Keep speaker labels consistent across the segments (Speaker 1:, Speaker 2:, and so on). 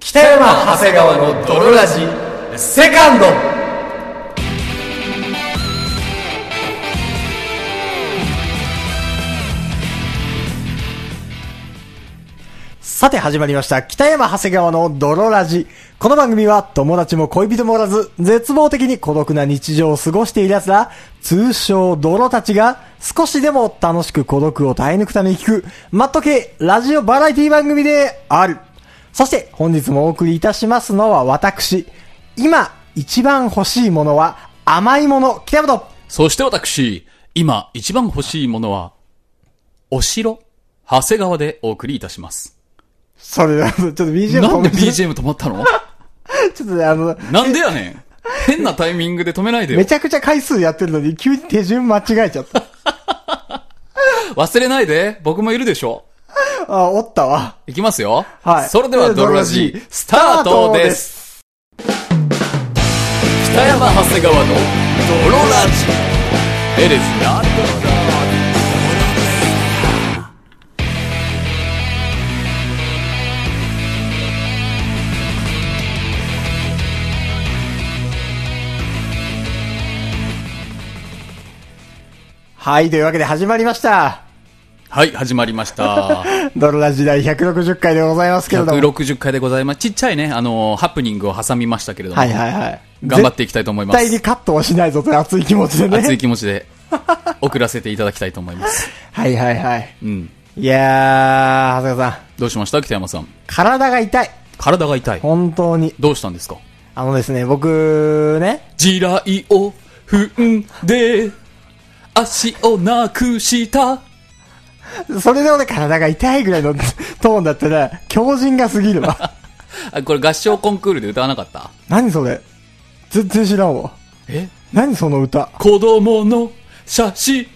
Speaker 1: 北山長谷川の泥ラジセカンドさて始まりました。北山長谷川の泥ラジ。この番組は友達も恋人もおらず、絶望的に孤独な日常を過ごしている奴ら、通称泥たちが少しでも楽しく孤独を耐え抜くために聞く、マット系ラジオバラエティ番組である。そして本日もお送りいたしますのは私。今一番欲しいものは甘いもの、北山と。
Speaker 2: そして私、今一番欲しいものは、お城、長谷川でお送りいたします。
Speaker 1: それ、あのちょっと BGM
Speaker 2: なんで
Speaker 1: 止めて
Speaker 2: BGM 止まった の
Speaker 1: ちょっとねあの、
Speaker 2: なんでやねん。変なタイミングで止めないで
Speaker 1: め
Speaker 2: よ。
Speaker 1: ちゃくちゃ回数やってるのに急に手順間違えちゃっ た。
Speaker 2: 忘れないで。僕もいるでしょ。
Speaker 1: あ、おったわ。
Speaker 2: いきますよ。
Speaker 1: はい
Speaker 2: それではドロラジー、スタートです。北山長谷川のドロラジー。エレスな
Speaker 1: はい、というわけで始まりました。
Speaker 2: はい、始まりました。
Speaker 1: ドロラ時代160回でご ざいますけれども。
Speaker 2: 160回でございます。ちっちゃいね、あのーハプニングを挟みましたけれども。
Speaker 1: はいはいはい。
Speaker 2: 頑張っていきたいと思います。
Speaker 1: 絶対にカットはしないぞという熱い気持ちでね。
Speaker 2: 熱い気持ちで送らせていただきたいと思います。
Speaker 1: はいはいはい。
Speaker 2: うん。
Speaker 1: いやー、長谷川さん。
Speaker 2: どうしました北山さん。
Speaker 1: 体が痛い。
Speaker 2: 体が痛い。
Speaker 1: 本当に。
Speaker 2: どうしたんですか
Speaker 1: あのですね、僕ね、
Speaker 2: 地雷を踏んで、足をなくした。
Speaker 1: それでもね、体が痛いぐらいの トーンだったら、強靭が過ぎる わ。
Speaker 2: あ、これ合唱コンクールで歌わなかった
Speaker 1: 何それ全然知らんわ。
Speaker 2: え
Speaker 1: 何その歌。
Speaker 2: 子供の写真、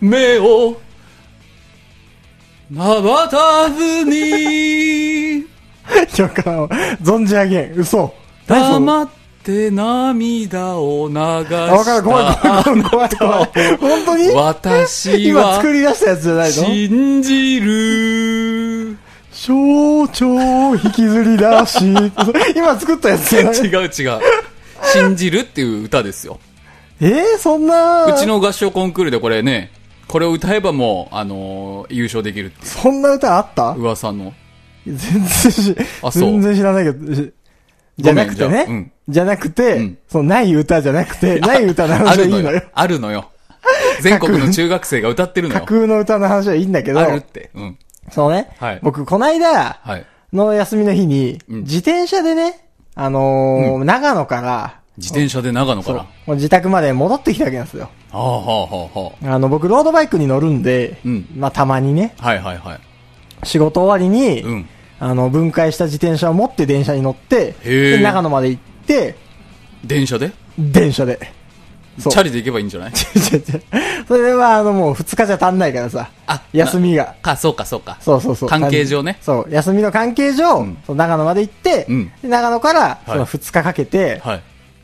Speaker 2: 目を、まばたずに、
Speaker 1: よくわからん存じ上げん。嘘。何その
Speaker 2: 黙って涙を流した。
Speaker 1: あ、わかる。怖い、怖い、怖い、怖い。 本当に
Speaker 2: 私
Speaker 1: 今
Speaker 2: は
Speaker 1: 作り出したやつじゃないの
Speaker 2: 信じる。
Speaker 1: 象徴を引きずり出し、 今作ったやつじゃない
Speaker 2: 違う違う。信じるっていう歌ですよ。
Speaker 1: えー、そんな、
Speaker 2: うちの合唱コンクールでこれね、これを歌えばもう、あのー優勝できるって
Speaker 1: そんな歌あった
Speaker 2: 噂の。
Speaker 1: 全然し
Speaker 2: あ、そう
Speaker 1: 全然知らないけど、しじゃなくて
Speaker 2: じゃ
Speaker 1: ね
Speaker 2: あうん、
Speaker 1: じゃなくて、
Speaker 2: うん
Speaker 1: そのない歌じゃなくて、ない歌の
Speaker 2: あ
Speaker 1: 話は
Speaker 2: る
Speaker 1: いい
Speaker 2: の
Speaker 1: の
Speaker 2: よ
Speaker 1: よ。。
Speaker 2: あるのよ。全国の中学生が歌ってるの
Speaker 1: 架
Speaker 2: よ。
Speaker 1: 空の歌の話はいいんだけど
Speaker 2: あ、るって。うん。
Speaker 1: そのね
Speaker 2: はい、
Speaker 1: 僕、こないだ
Speaker 2: はい。
Speaker 1: の休みの日に、
Speaker 2: うん
Speaker 1: 自転車でね、あのー長野から、
Speaker 2: 自転車で長野から。あ
Speaker 1: もう自宅まで戻ってきたわけなんですよ。
Speaker 2: あ、はあ、はあ、は
Speaker 1: あの、僕、ロードバイクに乗るんで、
Speaker 2: うん
Speaker 1: まあ、たまにね、
Speaker 2: あ。はいはいはい。
Speaker 1: 仕事終わりに、
Speaker 2: うん。
Speaker 1: あの、分解した自転車を持って電車に乗って、
Speaker 2: へー
Speaker 1: で長野まで行って、
Speaker 2: 電車で
Speaker 1: 電車で。
Speaker 2: チ
Speaker 1: そう
Speaker 2: ャリで行けばいいんじゃない
Speaker 1: 違う違うそれは、あの、もう2日じゃ足んないからさ、
Speaker 2: あ
Speaker 1: 休みが。
Speaker 2: か、そうかそうか。
Speaker 1: そうそうそう。
Speaker 2: 関係上ね
Speaker 1: そう、休みの関係上、
Speaker 2: ん
Speaker 1: その長野まで行って、
Speaker 2: うん
Speaker 1: で長野から、その
Speaker 2: はい
Speaker 1: 2日かけて、
Speaker 2: はい。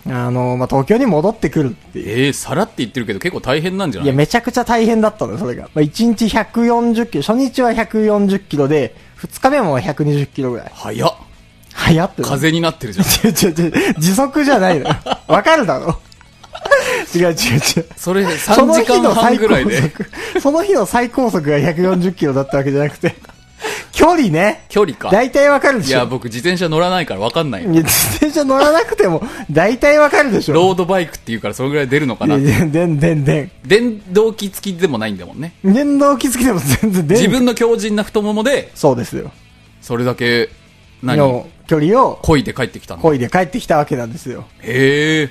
Speaker 1: あの、まあ、東京に戻ってくるっていう。
Speaker 2: ええさらって言ってるけど結構大変なんじゃ
Speaker 1: い
Speaker 2: な
Speaker 1: や、
Speaker 2: い
Speaker 1: めちゃくちゃ大変だったのよ、それが。まあ、1日140キロ、初日は140キロで、2日目も120キロぐらい。
Speaker 2: 早っ。
Speaker 1: 早ってな
Speaker 2: 風になってるじゃん。
Speaker 1: 違う違う違う、時速じゃないのよ。わかるだろ違う違う違う。
Speaker 2: それ3
Speaker 1: その
Speaker 2: 時
Speaker 1: 日
Speaker 2: 間
Speaker 1: の
Speaker 2: 半
Speaker 1: 最
Speaker 2: ぐ
Speaker 1: 高
Speaker 2: らいで、
Speaker 1: 速、その日の最高速が140キロだったわけじゃなくて、距離ね。
Speaker 2: 距離か。
Speaker 1: 大体わかるで
Speaker 2: い
Speaker 1: しょ。
Speaker 2: や、僕自転車乗らないから分かんない
Speaker 1: い。や自転車乗らなくても、大体わかるでしょ。。
Speaker 2: ロードバイクっていうからそれぐらい出るのかない
Speaker 1: やでんでんでんでん。
Speaker 2: 電動機付きでもないんだもんね。
Speaker 1: 電動機付きでも全然出ん
Speaker 2: 自分の強靭な太ももで、
Speaker 1: そうですよ。
Speaker 2: それだけ、何
Speaker 1: の距離を、
Speaker 2: 漕いで帰ってきたの。
Speaker 1: 恋で帰ってきたわけなんですよ。
Speaker 2: へえ。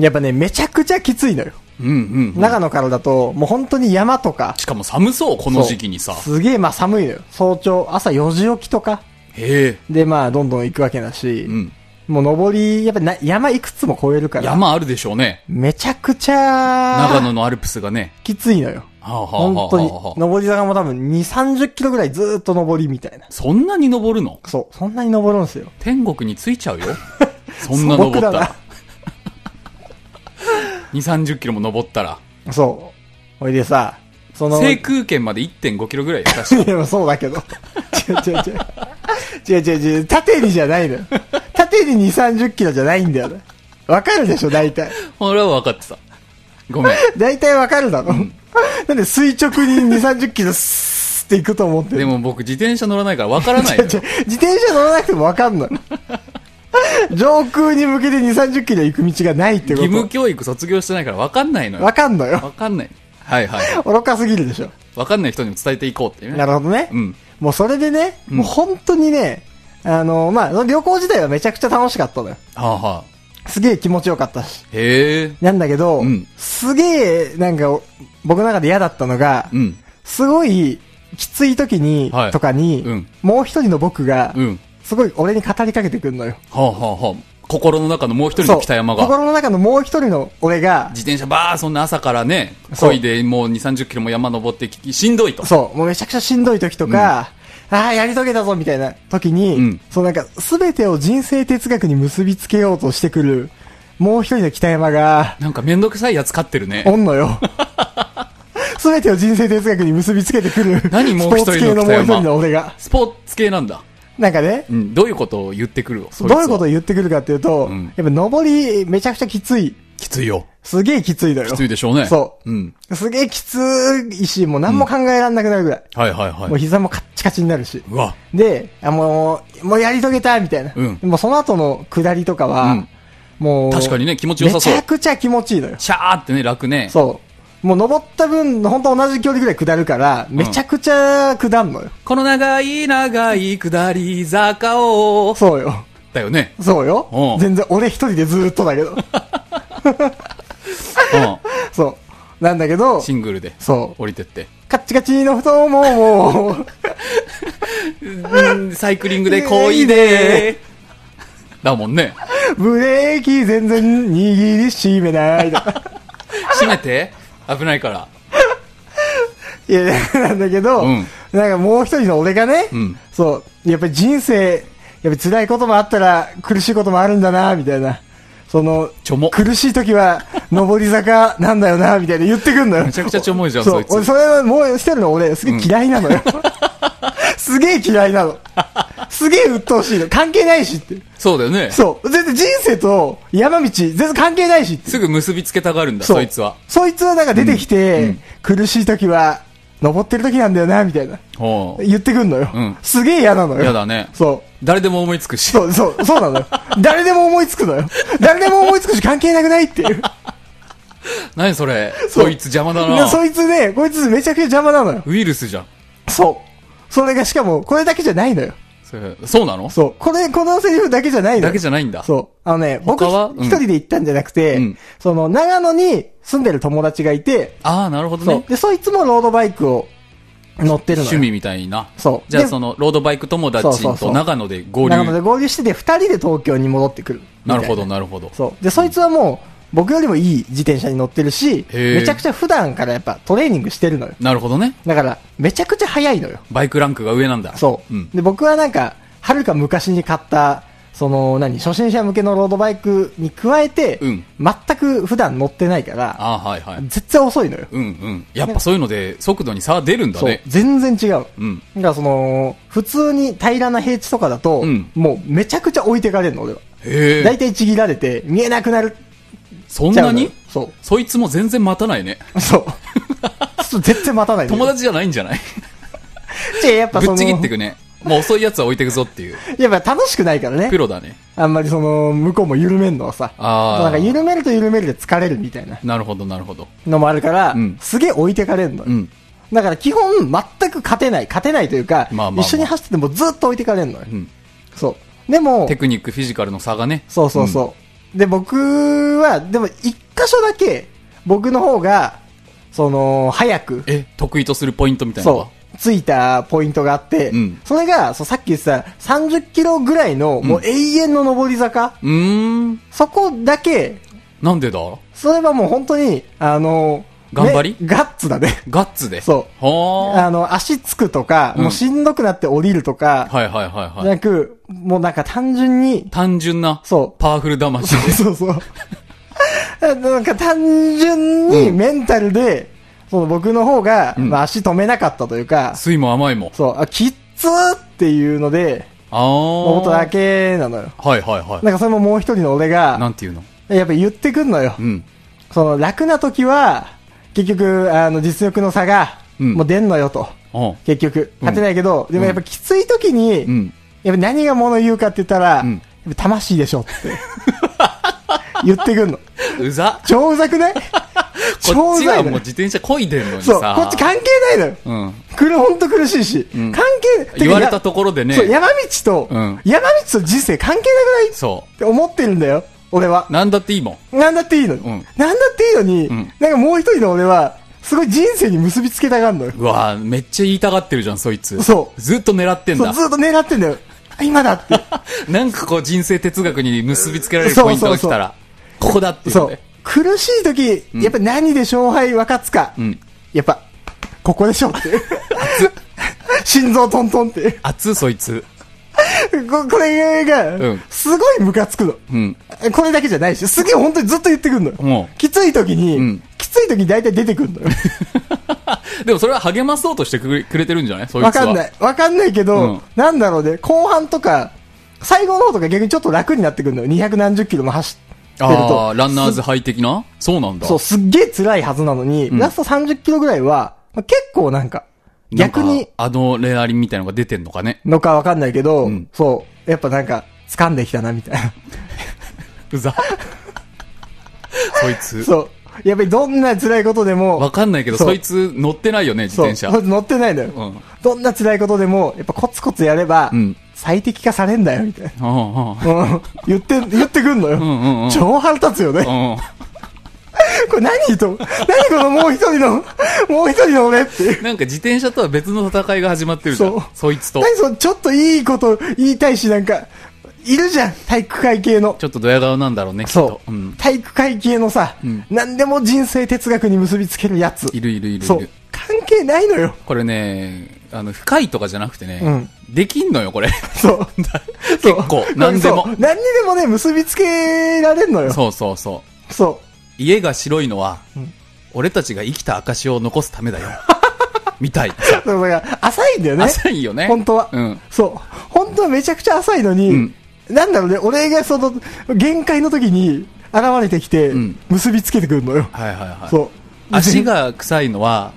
Speaker 1: やっぱね、めちゃくちゃきついのよ。
Speaker 2: うんうん。
Speaker 1: 長野からだと、もう本当に山とか、
Speaker 2: しかも寒そう、この時期にさ。
Speaker 1: すげえまあ寒いのよ。早朝、朝4時起きとか。
Speaker 2: へえ。
Speaker 1: でまあ、どんどん行くわけだし、
Speaker 2: うん。
Speaker 1: もう登り、やっぱな山いくつも越えるから、
Speaker 2: 山あるでしょうね。
Speaker 1: めちゃくちゃ、
Speaker 2: 長野のアルプスがね。
Speaker 1: きついのよ。
Speaker 2: はあはあは
Speaker 1: 本
Speaker 2: あ
Speaker 1: 当に
Speaker 2: は。あはあ
Speaker 1: 登り坂も多分2、30キロぐらいずーっと登りみたいな。
Speaker 2: そんなに登るの
Speaker 1: そう、そんなに登るんですよ。
Speaker 2: 天国に着いちゃ うよ。そんな登っ
Speaker 1: 素
Speaker 2: た
Speaker 1: 朴だ
Speaker 2: ら。2、30キロも登ったら。
Speaker 1: な。そう。ほいでさ、その、
Speaker 2: 制空圏まで1.5キロぐらいよ確か
Speaker 1: いやそうだけど。違う違う違う。違う違う違う、縦にじゃないのよ。縦に2、30キロじゃないんだよね。わかるでしょ、大体。
Speaker 2: 俺は分かってた。ごめん。
Speaker 1: 大体わかるだろ。なんで垂直に2、30キロスーっていくと思ってる
Speaker 2: でも僕自転車乗らないから分からない
Speaker 1: 違う違
Speaker 2: の
Speaker 1: う
Speaker 2: よ。
Speaker 1: 自転車乗らなくてもわかんない。上空に向けて2、30キロ行く道がないってこ
Speaker 2: 義務
Speaker 1: と。
Speaker 2: 教育卒業してないから分かんないのよ
Speaker 1: わ。かんのよ。
Speaker 2: 分かんない。はいはい。
Speaker 1: 愚かすぎるでしょ。
Speaker 2: 分かんない人にも伝えていこうっていうね。
Speaker 1: なるほどね。
Speaker 2: うん。
Speaker 1: もうそれでね、
Speaker 2: うん
Speaker 1: もう本当にね、あの、まあ、その旅行自体はめちゃくちゃ楽しかったのよ。
Speaker 2: はあはあ。
Speaker 1: すげえ気持ちよかったし。
Speaker 2: へえ。
Speaker 1: なんだけど、
Speaker 2: うん
Speaker 1: すげえ、なんか、僕の中で嫌だったのが、
Speaker 2: うん。
Speaker 1: すごい、きつい時に、
Speaker 2: はい
Speaker 1: とかに、
Speaker 2: うん
Speaker 1: もう一人の僕が、
Speaker 2: うん。
Speaker 1: すごい俺に語りかけてくんのよ。
Speaker 2: はあはあはあ。心の中のもう一人の北山
Speaker 1: そう
Speaker 2: が。
Speaker 1: 心の中のもう一人の俺が、
Speaker 2: 自転車ばーそんな朝からね、
Speaker 1: そう
Speaker 2: 漕いでもう2、30キロも山登ってきき、しんどいと。
Speaker 1: そう、もうめちゃくちゃしんどい時とか、ああ、やり遂げたぞみたいな時に、
Speaker 2: うん
Speaker 1: そうなんか、すべてを人生哲学に結びつけようとしてくる、もう一人の北山が、
Speaker 2: なんかめんどくさいやつ飼ってるね。
Speaker 1: おんのよ。すべてを人生哲学に結びつけてくる、
Speaker 2: 何もう一
Speaker 1: スポー
Speaker 2: 人の
Speaker 1: ツ系のもう一
Speaker 2: 北山
Speaker 1: 人の俺が。
Speaker 2: スポーツ系なんだ。
Speaker 1: なんかね、
Speaker 2: うん。どういうことを言ってくるど
Speaker 1: どういうことを言ってくるかっていうと、
Speaker 2: うん
Speaker 1: やっぱ登りめちゃくちゃきつい。
Speaker 2: きついよ。
Speaker 1: すげえきついだよ。
Speaker 2: きついでしょうね。。
Speaker 1: そう
Speaker 2: うん。
Speaker 1: すげえきついし、もう何も考えらんなくなるぐらい。
Speaker 2: はいはいは
Speaker 1: もう
Speaker 2: い。
Speaker 1: 膝もカッチカチになるし。
Speaker 2: うわ。
Speaker 1: で、あもう、もうやり遂げたみたいな。
Speaker 2: うん
Speaker 1: もうその後の下りとかは、
Speaker 2: うん
Speaker 1: もう、
Speaker 2: 確かにね、気持ちよさ
Speaker 1: めち
Speaker 2: そう
Speaker 1: ゃ。くちゃ気持ちいいのよ。
Speaker 2: シャーってね、楽ね。
Speaker 1: そう。もう登った分、本当同じ距離ぐらい下るから、めちゃくちゃ下んのよ。
Speaker 2: この長い長い下り坂を。
Speaker 1: そうよ。
Speaker 2: だよね。
Speaker 1: そうよ
Speaker 2: う。ん
Speaker 1: 全然俺一人でずーっとだ けど。
Speaker 2: う
Speaker 1: そう。なんだけど
Speaker 2: ん。、シングルで。
Speaker 1: そ
Speaker 2: 降りてって。
Speaker 1: う。カッチカチの布団も、も う、
Speaker 2: うん、サイクリングでこいで。だもんね。
Speaker 1: ブレーキ全然握りしめないと か。
Speaker 2: 閉めて。危ないから。
Speaker 1: いや、なんだけど、
Speaker 2: うん
Speaker 1: なんかもう一人の俺がね、
Speaker 2: うん
Speaker 1: そう、やっぱり人生、やっぱり辛いこともあったら苦しいこともあるんだな、みたいな。その、
Speaker 2: ちょも
Speaker 1: 苦しい時は、上り坂なんだよな、みたいな言ってくんのよ。
Speaker 2: めちゃくちゃちょもいじゃん、
Speaker 1: そ
Speaker 2: そうい、つ
Speaker 1: 俺、。それはもう一人の俺、すげえ嫌いなのよ。 すげえ嫌いなの。すげえ鬱陶しいの。関係ないしって。
Speaker 2: そうだよね。
Speaker 1: そう。全然人生と山道、全然関係ないしって。
Speaker 2: すぐ結びつけたがるんだ、そいつは。。
Speaker 1: そいつはなんか出てきて、苦しい時は、登ってる時なんだよな、みたいな。
Speaker 2: ほう。
Speaker 1: 言ってくんのよ。
Speaker 2: うん
Speaker 1: すげえ嫌なのよ。
Speaker 2: 嫌だね
Speaker 1: そう。
Speaker 2: 誰でも思いつくし。
Speaker 1: そう、そう、そうなのよ。誰でも思いつくのよ。誰でも思いつくし関係なくないっていう。
Speaker 2: 何それ。
Speaker 1: そう
Speaker 2: そいつ邪魔だ
Speaker 1: で
Speaker 2: な。
Speaker 1: そいつね、こいつめちゃくちゃ邪魔なのよ。
Speaker 2: ウイルスじゃん。
Speaker 1: そう。それがしかも、これだけじゃないのよ。
Speaker 2: それそうなの
Speaker 1: そう。これ、このセリフだけじゃないのよ。
Speaker 2: だけじゃないんだ。
Speaker 1: そう。あのね、僕
Speaker 2: 他は
Speaker 1: 一人で行ったんじゃなくて、
Speaker 2: うん
Speaker 1: その、長野に住んでる友達がいて、
Speaker 2: ああ、なるほど
Speaker 1: そう
Speaker 2: ね。。
Speaker 1: で、そいつもロードバイクを乗ってるのよ。
Speaker 2: 趣味みたいな。
Speaker 1: そう
Speaker 2: じゃあ
Speaker 1: で
Speaker 2: その、ロードバイク友
Speaker 1: そうそう
Speaker 2: 達
Speaker 1: そ
Speaker 2: と
Speaker 1: う
Speaker 2: 長野で合流。
Speaker 1: なので合流してて、二人で東京に戻ってくる。
Speaker 2: なるほど、
Speaker 1: みたい
Speaker 2: なるほど。
Speaker 1: そう。で、そいつはもう、僕よりもいい自転車に乗ってるし、
Speaker 2: へー
Speaker 1: めちゃくちゃ普段からやっぱトレーニングしてるのよ。
Speaker 2: なるほどね。
Speaker 1: だから、めちゃくちゃ速いのよ。
Speaker 2: バイクランクが上なんだ。
Speaker 1: そう。
Speaker 2: ん。
Speaker 1: で、僕はなんか、はるか昔に買った、その、何、初心者向けのロードバイクに加えて、
Speaker 2: うん
Speaker 1: 全く普段乗ってないから、
Speaker 2: ああ、はいはい。
Speaker 1: 絶対遅いのよ。
Speaker 2: うんうん。やっぱそういうので、速度に差は出るんだ
Speaker 1: そう
Speaker 2: ね。。
Speaker 1: 全然違う。
Speaker 2: うん。
Speaker 1: だからその、普通に平らな平地とかだと、
Speaker 2: うん
Speaker 1: もうめちゃくちゃ置いてかれるの、俺は。
Speaker 2: へ
Speaker 1: 大
Speaker 2: え。
Speaker 1: 体ちぎられて、見えなくなる
Speaker 2: そん
Speaker 1: ちゃ
Speaker 2: な
Speaker 1: うのよ
Speaker 2: に
Speaker 1: そ
Speaker 2: そいつも全然待たないね。
Speaker 1: う。 そう。そう絶対待たないのよ
Speaker 2: 友達じゃないんじゃない
Speaker 1: じゃあやっぱそ
Speaker 2: ぶ
Speaker 1: の、
Speaker 2: っちぎってくね。もう遅いやつは置いてくぞっていう。
Speaker 1: やっぱ楽しくないからね
Speaker 2: プ。ロだね。
Speaker 1: あんまりその、向こうも緩めんのはさ。
Speaker 2: あー
Speaker 1: なんか緩めると緩めるで疲れるみたいな
Speaker 2: なるほど、なるほど。
Speaker 1: のもあるから、
Speaker 2: うん
Speaker 1: すげえ置いてかれるのよ、
Speaker 2: うん。
Speaker 1: だから基本全く勝てない。勝てないというか、
Speaker 2: まあまあまあ
Speaker 1: 一緒に走っててもずっと置いてかれるのよ、
Speaker 2: うん。
Speaker 1: そう。でも
Speaker 2: テ、クニック、フィジカルの差がね。
Speaker 1: そうそうそう。で、僕は、でも一箇所だけ、僕の方が、その、早く、
Speaker 2: え、得意とするポイントみたいなのは
Speaker 1: そう。ついたポイントがあって、
Speaker 2: うん
Speaker 1: それが、そうさっき言ってた30キロぐらいの、もう永遠の上り坂、
Speaker 2: うーん。
Speaker 1: そこだけ、
Speaker 2: なんでだ
Speaker 1: それはもう本当に、あの、
Speaker 2: 頑張り
Speaker 1: ねガッツだね。
Speaker 2: ガッツで。
Speaker 1: そう
Speaker 2: は
Speaker 1: あの、足つくとか、
Speaker 2: うん
Speaker 1: もうしんどくなって降りると
Speaker 2: あ。
Speaker 1: か、
Speaker 2: はいはいはい
Speaker 1: じゃ
Speaker 2: はい。
Speaker 1: なく、もうなんか単純に、
Speaker 2: 単純な、
Speaker 1: そう。
Speaker 2: パワフル魂 で。
Speaker 1: そうそうそう。なんか単純に
Speaker 2: うん
Speaker 1: メンタルで、その僕の方が、
Speaker 2: うん
Speaker 1: まあ足止めなかったというか、
Speaker 2: 酸いも甘いも。
Speaker 1: そう、あ、きっつーっていうので、
Speaker 2: あー。
Speaker 1: のことだけなのよ。
Speaker 2: はいはいはい。
Speaker 1: なんかそれももう一人の俺
Speaker 2: な
Speaker 1: が、
Speaker 2: んていうの
Speaker 1: やっぱ言ってくんのよ
Speaker 2: う。ん。
Speaker 1: その楽な時は、結局、あの、実力の差が、
Speaker 2: うん
Speaker 1: もう出んのよと。
Speaker 2: うん。
Speaker 1: 結局。勝てないけど、でもやっぱきつい時に、
Speaker 2: うん。
Speaker 1: やっぱ何が物言うかって言ったら、
Speaker 2: うん
Speaker 1: やっぱ魂でしょって 言ってくんの。
Speaker 2: うざ。
Speaker 1: 超うざ くない
Speaker 2: こっち
Speaker 1: い
Speaker 2: は
Speaker 1: の
Speaker 2: もう
Speaker 1: よ
Speaker 2: 自転車こいでんのにさ。
Speaker 1: そう、こっち関係ないのよ。
Speaker 2: うん。
Speaker 1: くる、ほんと苦しいし。
Speaker 2: ん
Speaker 1: 関係ない。
Speaker 2: 言われたと
Speaker 1: こ
Speaker 2: ころでね。
Speaker 1: そう、山道と、
Speaker 2: うん
Speaker 1: 山道と人生関係なくないっ
Speaker 2: そ
Speaker 1: て思ってるんだよ、俺は
Speaker 2: う。。なんだっていいもん。
Speaker 1: なんだっていいのに。
Speaker 2: うん
Speaker 1: なんだっていいのに、
Speaker 2: ん
Speaker 1: なんかもう一人の俺は、すごい人生に結びつけたがんのよ。
Speaker 2: うわぁ、めっちゃ言いたがってるじゃん、そいつ。
Speaker 1: そう
Speaker 2: ずっと狙ってん
Speaker 1: そう、
Speaker 2: だ。
Speaker 1: ずっと狙ってんだよ。あ今だって。
Speaker 2: なんかこう人生哲学に結びつけられる
Speaker 1: そう
Speaker 2: ポイントが来たら、ここだっていう
Speaker 1: そ
Speaker 2: の
Speaker 1: う
Speaker 2: で。。
Speaker 1: 苦しい時、やっぱ何で勝敗分かつか。
Speaker 2: ん
Speaker 1: やっぱ、ここでしょって。 心臓トントンって。
Speaker 2: 熱、そいつ。
Speaker 1: ここれ
Speaker 2: う
Speaker 1: が
Speaker 2: ん、
Speaker 1: すごいムカつくの。
Speaker 2: うん。
Speaker 1: これだけじゃないし、すげえ本当にずっと言ってくんのよ
Speaker 2: う。ん
Speaker 1: きつい時に、
Speaker 2: ん
Speaker 1: きつい時に大体出てくんのよ。
Speaker 2: でもそれは励まそうとしてくれくれてるんじゃないそいつは。
Speaker 1: わかんない。わかんないけど、
Speaker 2: うん
Speaker 1: なんだろうね、後半とか、最後の方とか逆にちょっと楽になってくるのよ。200何十キロも走ってる
Speaker 2: あ
Speaker 1: と
Speaker 2: あ、。ランナーズハイ的なそうなんだ。
Speaker 1: そう、すっげえ辛いはずなのに、ラスト30キロぐらいは、まあ結構なんか、
Speaker 2: なんか
Speaker 1: 逆に、
Speaker 2: アドレナリンみたいなのが出てんのかね。
Speaker 1: のかわかんないけど、
Speaker 2: うん
Speaker 1: そう、やっぱなんか、掴んできたな、みたいな。
Speaker 2: うざ。そいつ。
Speaker 1: そう。やっぱりどんな辛いことでも、
Speaker 2: わかんないけど、
Speaker 1: そう
Speaker 2: そいつ乗ってないよね、自
Speaker 1: そう
Speaker 2: 転車。
Speaker 1: そう乗ってないのよ、
Speaker 2: うん
Speaker 1: どんな辛いことでも、やっぱコツコツやれば、
Speaker 2: うん
Speaker 1: 最適化されんだよ、みたいな。
Speaker 2: うんうん
Speaker 1: うん言って、言ってくんのよ。
Speaker 2: んうんうん
Speaker 1: 超腹立つよね。
Speaker 2: うん。
Speaker 1: これ何と、何このもう一人の、もう一人の俺っていう。
Speaker 2: なんか自転車とは別の戦いが始まってるじゃん。
Speaker 1: そう
Speaker 2: そいつと。
Speaker 1: 何その、ちょっといいこと言いたいし、なんか、いるじゃん、体育会系の。
Speaker 2: ちょっとドヤ顔なんだろうね、きっと
Speaker 1: そ。う、
Speaker 2: ん。
Speaker 1: 体育会系のさ、
Speaker 2: ん
Speaker 1: 何でも人生哲学に結びつけるやつ。
Speaker 2: いるいるいるい
Speaker 1: そう
Speaker 2: る。。
Speaker 1: 関係ないのよ。
Speaker 2: これね、あの、深いとかじゃなくてね、
Speaker 1: う
Speaker 2: できんのよ、 これ。
Speaker 1: そう。
Speaker 2: 結構、何でも
Speaker 1: そう。何にでもね、結びつけられんのよ。
Speaker 2: そうそうそう。
Speaker 1: そ
Speaker 2: 家が白いのは、
Speaker 1: ん
Speaker 2: 俺たちが生きた証を残すた
Speaker 1: 。
Speaker 2: めだよ。みたいう
Speaker 1: だから、浅いんだよね。
Speaker 2: 浅いよね。
Speaker 1: 本当は、
Speaker 2: うん。
Speaker 1: そう。本当はめちゃくちゃ浅いのに、
Speaker 2: うん
Speaker 1: なんだろうね、俺がその、限界の時に現れてきて、
Speaker 2: ん
Speaker 1: 結びつけてくるのよ。
Speaker 2: はいはいはい。
Speaker 1: そう。
Speaker 2: 足が臭いのは、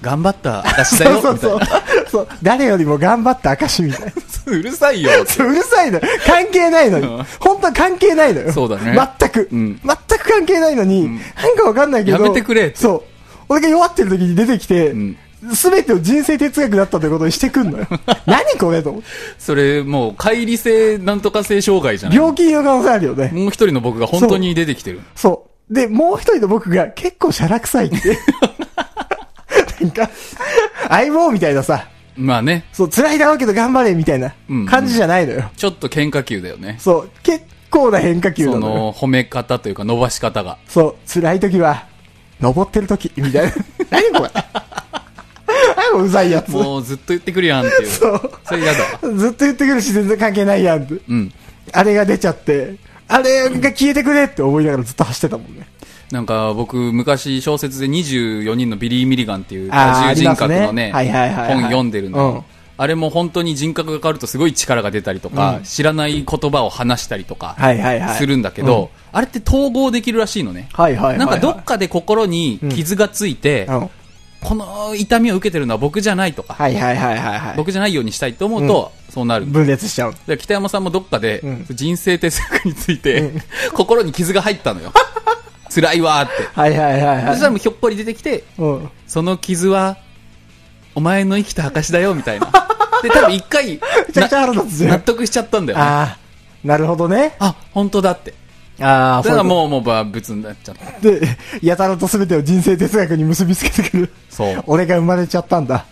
Speaker 2: 頑張った証だ
Speaker 1: そう そう
Speaker 2: よ、みたい
Speaker 1: そう
Speaker 2: な。。
Speaker 1: そう。誰よりも頑張った証みたいな。
Speaker 2: うるさいよって。
Speaker 1: そううるさいのよ。関係ないのに
Speaker 2: うん。
Speaker 1: 本当は関係ないのよ。
Speaker 2: そうだね
Speaker 1: 全く。
Speaker 2: うん
Speaker 1: 全く関係ないのに、なんかわかんないけど。
Speaker 2: やめてくれって
Speaker 1: そう。俺が弱ってる時に出てきて
Speaker 2: ん、
Speaker 1: すべてを人生哲学だったってことにしてくん のよ。何これと思って。
Speaker 2: それ、もう、乖離性なんとか性障害じゃないも
Speaker 1: 病気の可能性あるよね。
Speaker 2: う一人の僕が本当に出てきてる。
Speaker 1: そう。で、もう一人の僕が結構シャラ臭いって。 なんか、相棒みたいなさ、
Speaker 2: まあね、
Speaker 1: そう、辛いだろうけど頑張れみたいな
Speaker 2: うん
Speaker 1: 感じじゃないのよ。
Speaker 2: ちょっと喧嘩球だよね。
Speaker 1: そう、結構な変化球な
Speaker 2: そ
Speaker 1: のよ。
Speaker 2: の、褒め方というか伸ばし方が。
Speaker 1: そう、辛い時は、登ってる時、み たいな。何 これ。何もうざいやつ。そ。
Speaker 2: もうずっと言ってくるやんっていう。そうれ嫌だ。
Speaker 1: ずっと言ってくるし、全然関係ないやんって。
Speaker 2: うん。
Speaker 1: あれが出ちゃって、あれが消えてくれって思いながらずっと走ってたもんね。
Speaker 2: なんか僕、昔小説で24人のビリー・ミリガンっていう
Speaker 1: あー
Speaker 2: 多重人格のね、
Speaker 1: ありますねはいはいはいはい
Speaker 2: 本読んでる
Speaker 1: うん
Speaker 2: の。あれも本当に人格が変わるとすごい力が出たりとか、知らない言葉を話したりとか
Speaker 1: はいはいはい
Speaker 2: するんだけど、あれって統合できるらしいのね。
Speaker 1: はいはいはい、
Speaker 2: なんかどっかで心に傷がついて、
Speaker 1: うん
Speaker 2: この痛みを受けてるのは僕じゃないとか、
Speaker 1: はいはいはいはいは
Speaker 2: 僕じゃないようにしたいと思うと、そうなる
Speaker 1: い。。分裂しちゃう。
Speaker 2: で北山さんもどっかで、
Speaker 1: ん
Speaker 2: 人生哲学について、 心に傷が入った のよ。辛いわーって。
Speaker 1: はいはいはい
Speaker 2: そ
Speaker 1: は
Speaker 2: したら
Speaker 1: い。
Speaker 2: もうひょっこり出てきて、
Speaker 1: うん。
Speaker 2: その傷は、お前の生きた証だよ、み たいな。で、多分一回、
Speaker 1: めちゃくちゃ腹立つじゃん
Speaker 2: な納得しちゃったんだよね。
Speaker 1: ああ、なるほどね。
Speaker 2: あ、本当だって。
Speaker 1: ああ、
Speaker 2: だからもう、もう、ば、別になっちゃった。
Speaker 1: う。で、やたらと全てを人生哲学に結びつけてくる。
Speaker 2: そう
Speaker 1: 俺が生まれちゃったんだ。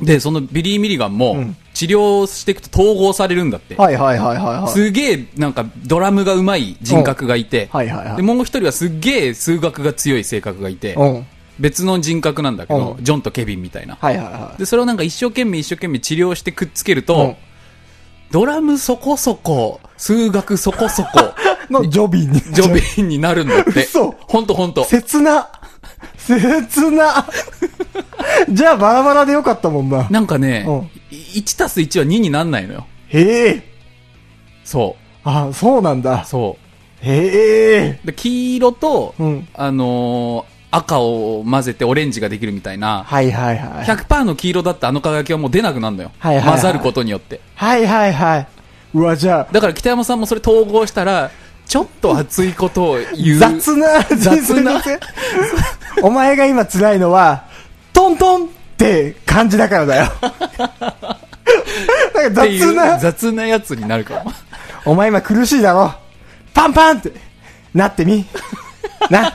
Speaker 2: で、そのビリー・ミリガンも、
Speaker 1: ん
Speaker 2: 治療していくと統合されるんだって。
Speaker 1: はいはいはいはいはい。
Speaker 2: すげえ、なんか、ドラムが上手い人格がいて、
Speaker 1: うんはいはいはい
Speaker 2: で、もう一人はすっげえ数学が強い性格がいて、
Speaker 1: うん。
Speaker 2: 別の人格なんだけど
Speaker 1: う、
Speaker 2: ジョンとケビンみたいな。
Speaker 1: はいはいはい。
Speaker 2: で、それをなんか一生懸命一生懸命治療してくっつけると、
Speaker 1: うん
Speaker 2: ドラムそこそこ、数学そこ そこ、
Speaker 1: のジョビンに。
Speaker 2: ジョビンになるんだって。
Speaker 1: 嘘
Speaker 2: ほんとほんと。
Speaker 1: 切な。切な。じゃあバラバラでよかったもんな。
Speaker 2: なんかね
Speaker 1: う、
Speaker 2: 1たす1は2になんないのよ。
Speaker 1: へえ。
Speaker 2: そ
Speaker 1: あ、そうなんだ
Speaker 2: う、。そ
Speaker 1: へえ。
Speaker 2: う。で、黄色と、
Speaker 1: うん
Speaker 2: あのー赤を混ぜてオレンジができるみたいな、
Speaker 1: はいはいはい。
Speaker 2: 100%の黄色だったあの輝きはもう出なくなるのよ。
Speaker 1: はいはいはい
Speaker 2: 混ざることによって。
Speaker 1: はいはいはい。うわ、じゃあ、
Speaker 2: だから北山さんもそれ統合したら、ちょっと熱いことを言う。
Speaker 1: 雑な、
Speaker 2: 雑な
Speaker 1: 全然 お前が今辛いのは、トントンって感じだから だよ。なんか
Speaker 2: ってい
Speaker 1: 雑
Speaker 2: う
Speaker 1: な、
Speaker 2: 雑なやつになるかも。
Speaker 1: お前今苦しいだろ。パンパンって、なって み。な、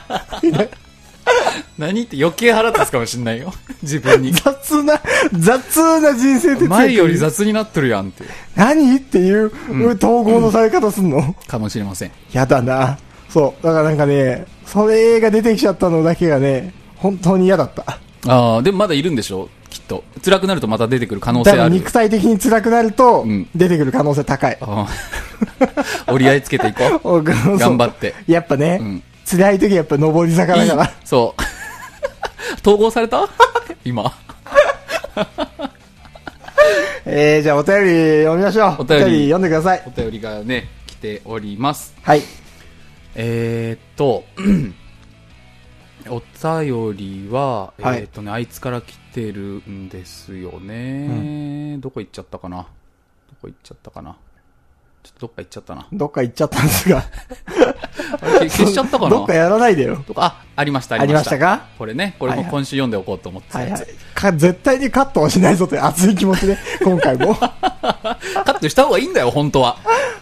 Speaker 2: 何って余計腹立つかもしんない よ。自分に。
Speaker 1: 雑な、雑な人生哲学。
Speaker 2: 前より雑になっとるやんっていう。
Speaker 1: 何っていう、統合のされ方すんの、
Speaker 2: かもしれません。
Speaker 1: やだな。そう。だからなんかね、それが出てきちゃったのだけがね、本当に嫌だった。
Speaker 2: ああ、でもまだいるんでしょきっと。辛くなるとまた出てくる可能
Speaker 1: だ
Speaker 2: 性
Speaker 1: から
Speaker 2: ある
Speaker 1: 肉。体的に辛くなると
Speaker 2: うん、
Speaker 1: 出てくる可能性高い。
Speaker 2: あー 折り合いつけていこう。
Speaker 1: おそう
Speaker 2: 頑張って。
Speaker 1: やっぱね、
Speaker 2: うん
Speaker 1: 辛い時はやっぱ上り坂だから。
Speaker 2: いいそう。 統合された今。
Speaker 1: えー、じゃあお便り読みましょう。
Speaker 2: お便り
Speaker 1: 読んでください
Speaker 2: お。便りがね、来ております。
Speaker 1: はい。
Speaker 2: えー、っと、 お便りは、
Speaker 1: はい
Speaker 2: えーっとね、あいつから来てるんですよね。どこ行っちゃったかなどこ行っちゃったかなちょっとどっか行っちゃ ったな。
Speaker 1: どっか行っちゃったんですが。
Speaker 2: あれ消消しちゃったかな
Speaker 1: どっかやらないでよ。
Speaker 2: どっかあ、ありました、あ
Speaker 1: あ
Speaker 2: り
Speaker 1: り
Speaker 2: ま
Speaker 1: ま
Speaker 2: し。
Speaker 1: したたか
Speaker 2: これね、これも今週読んでおこうと思ってた
Speaker 1: はい
Speaker 2: や
Speaker 1: は
Speaker 2: つ。
Speaker 1: い。か、絶対にカットはしないぞという熱い気持ちで、今回 も。
Speaker 2: カットした方がいいんだよ、本 当は。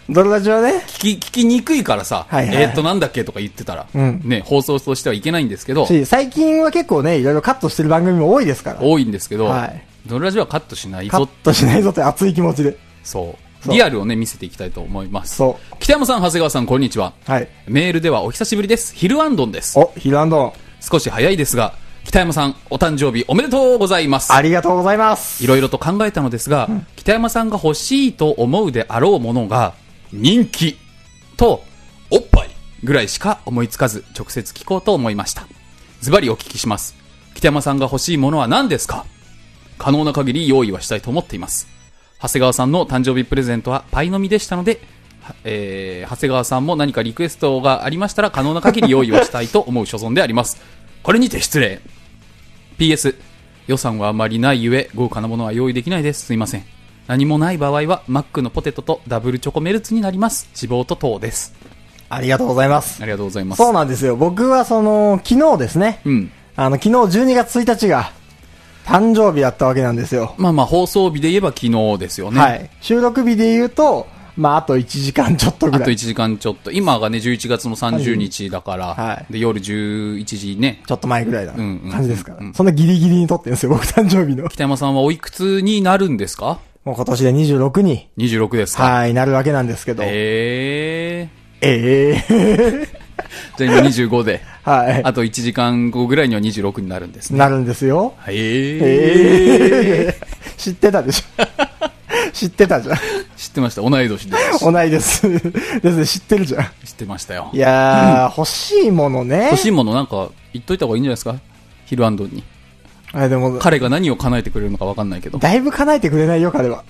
Speaker 1: ドロラジはね、
Speaker 2: 聞き、聞きにくいからさ、
Speaker 1: はいはい
Speaker 2: えーっと、なんだっけとか言ってたら、
Speaker 1: うん
Speaker 2: ね、放送としてはいけないんですけど、
Speaker 1: し最近は結構ね、いろいろカットしてる番組も多いですから。
Speaker 2: 多いんですけど、
Speaker 1: はい
Speaker 2: ドルラジはカットしない
Speaker 1: カッ
Speaker 2: ぞ、
Speaker 1: トしないぞという熱い気持ちで。
Speaker 2: そう。
Speaker 1: そう
Speaker 2: リアルをね、見せていきたいと思います。
Speaker 1: そ
Speaker 2: 北山さん、長谷川さん、こんにちは。
Speaker 1: う。はい。
Speaker 2: メールではお久しぶりです。ヒルアンドンです。
Speaker 1: お、ヒルアンドン。
Speaker 2: 少し早いですが、北山さん、お誕生日おめでとうございます。
Speaker 1: ありがとうございます。
Speaker 2: いろいろと考えたのですが、北山さんが欲しいと思うであろうものが、人気と、おっぱいぐらいしか思いつかず、直接聞こうと思いました。ズバリお聞きします。北山さんが欲しいものは何ですか可能な限り用意はしたいと思っています。長谷川さんの誕生日プレゼントはパイの実でしたので、はえー長谷川さんも何かリクエストがありましたら可能な限り用意はしたいと思う所存であります。これにて失礼。PS、予算はあまりないゆえ、豪華なものは用意できないです。すいません。何もない場合は、マックのポテトとダブルチョコメルツになります。脂肪と糖です。
Speaker 1: ありがとうございます
Speaker 2: あ。りがとうございます。
Speaker 1: そうなんですよ。僕はその、昨日ですね。
Speaker 2: うん。
Speaker 1: あの、昨日12月1日が、誕生日だったわけなんですよ。
Speaker 2: まあまあ、放送日で言えば昨日ですよね。
Speaker 1: はい。収録日で言うと、まあ、あと1時間ちょっとぐ
Speaker 2: あ
Speaker 1: ら
Speaker 2: と
Speaker 1: い。
Speaker 2: 1時間ちょっと。今がね、11月の30日だから、
Speaker 1: はい
Speaker 2: で夜11時ね。
Speaker 1: ちょっと前ぐらいな
Speaker 2: うんうん
Speaker 1: 感じですから。そんなギリギリに撮ってるんですよ、僕誕生日の。
Speaker 2: 北山さんはおいくつになるんですか
Speaker 1: もう今年で26に、
Speaker 2: ?26 ですか。
Speaker 1: はい、なるわけなんですけど。え
Speaker 2: え
Speaker 1: えー
Speaker 2: ー。じゃあ今25で、
Speaker 1: はい。
Speaker 2: あと1時間後ぐらいには26になるんですね。
Speaker 1: なるんですよ。
Speaker 2: え
Speaker 1: え
Speaker 2: ー。
Speaker 1: え 知ってたでしょ。知ってたじゃん。
Speaker 2: 知ってました。同い年ですし。
Speaker 1: 同いです。 ですね、知ってるじゃん。
Speaker 2: 知ってましたよ
Speaker 1: い。やー、欲しいものね。
Speaker 2: 欲しいものなんか言っといた方がいいんじゃないですかヒルアンドに。
Speaker 1: あでも、
Speaker 2: 彼が何を叶えてくれるのか分かんないけど。
Speaker 1: だいぶ叶えてくれないよ、彼は。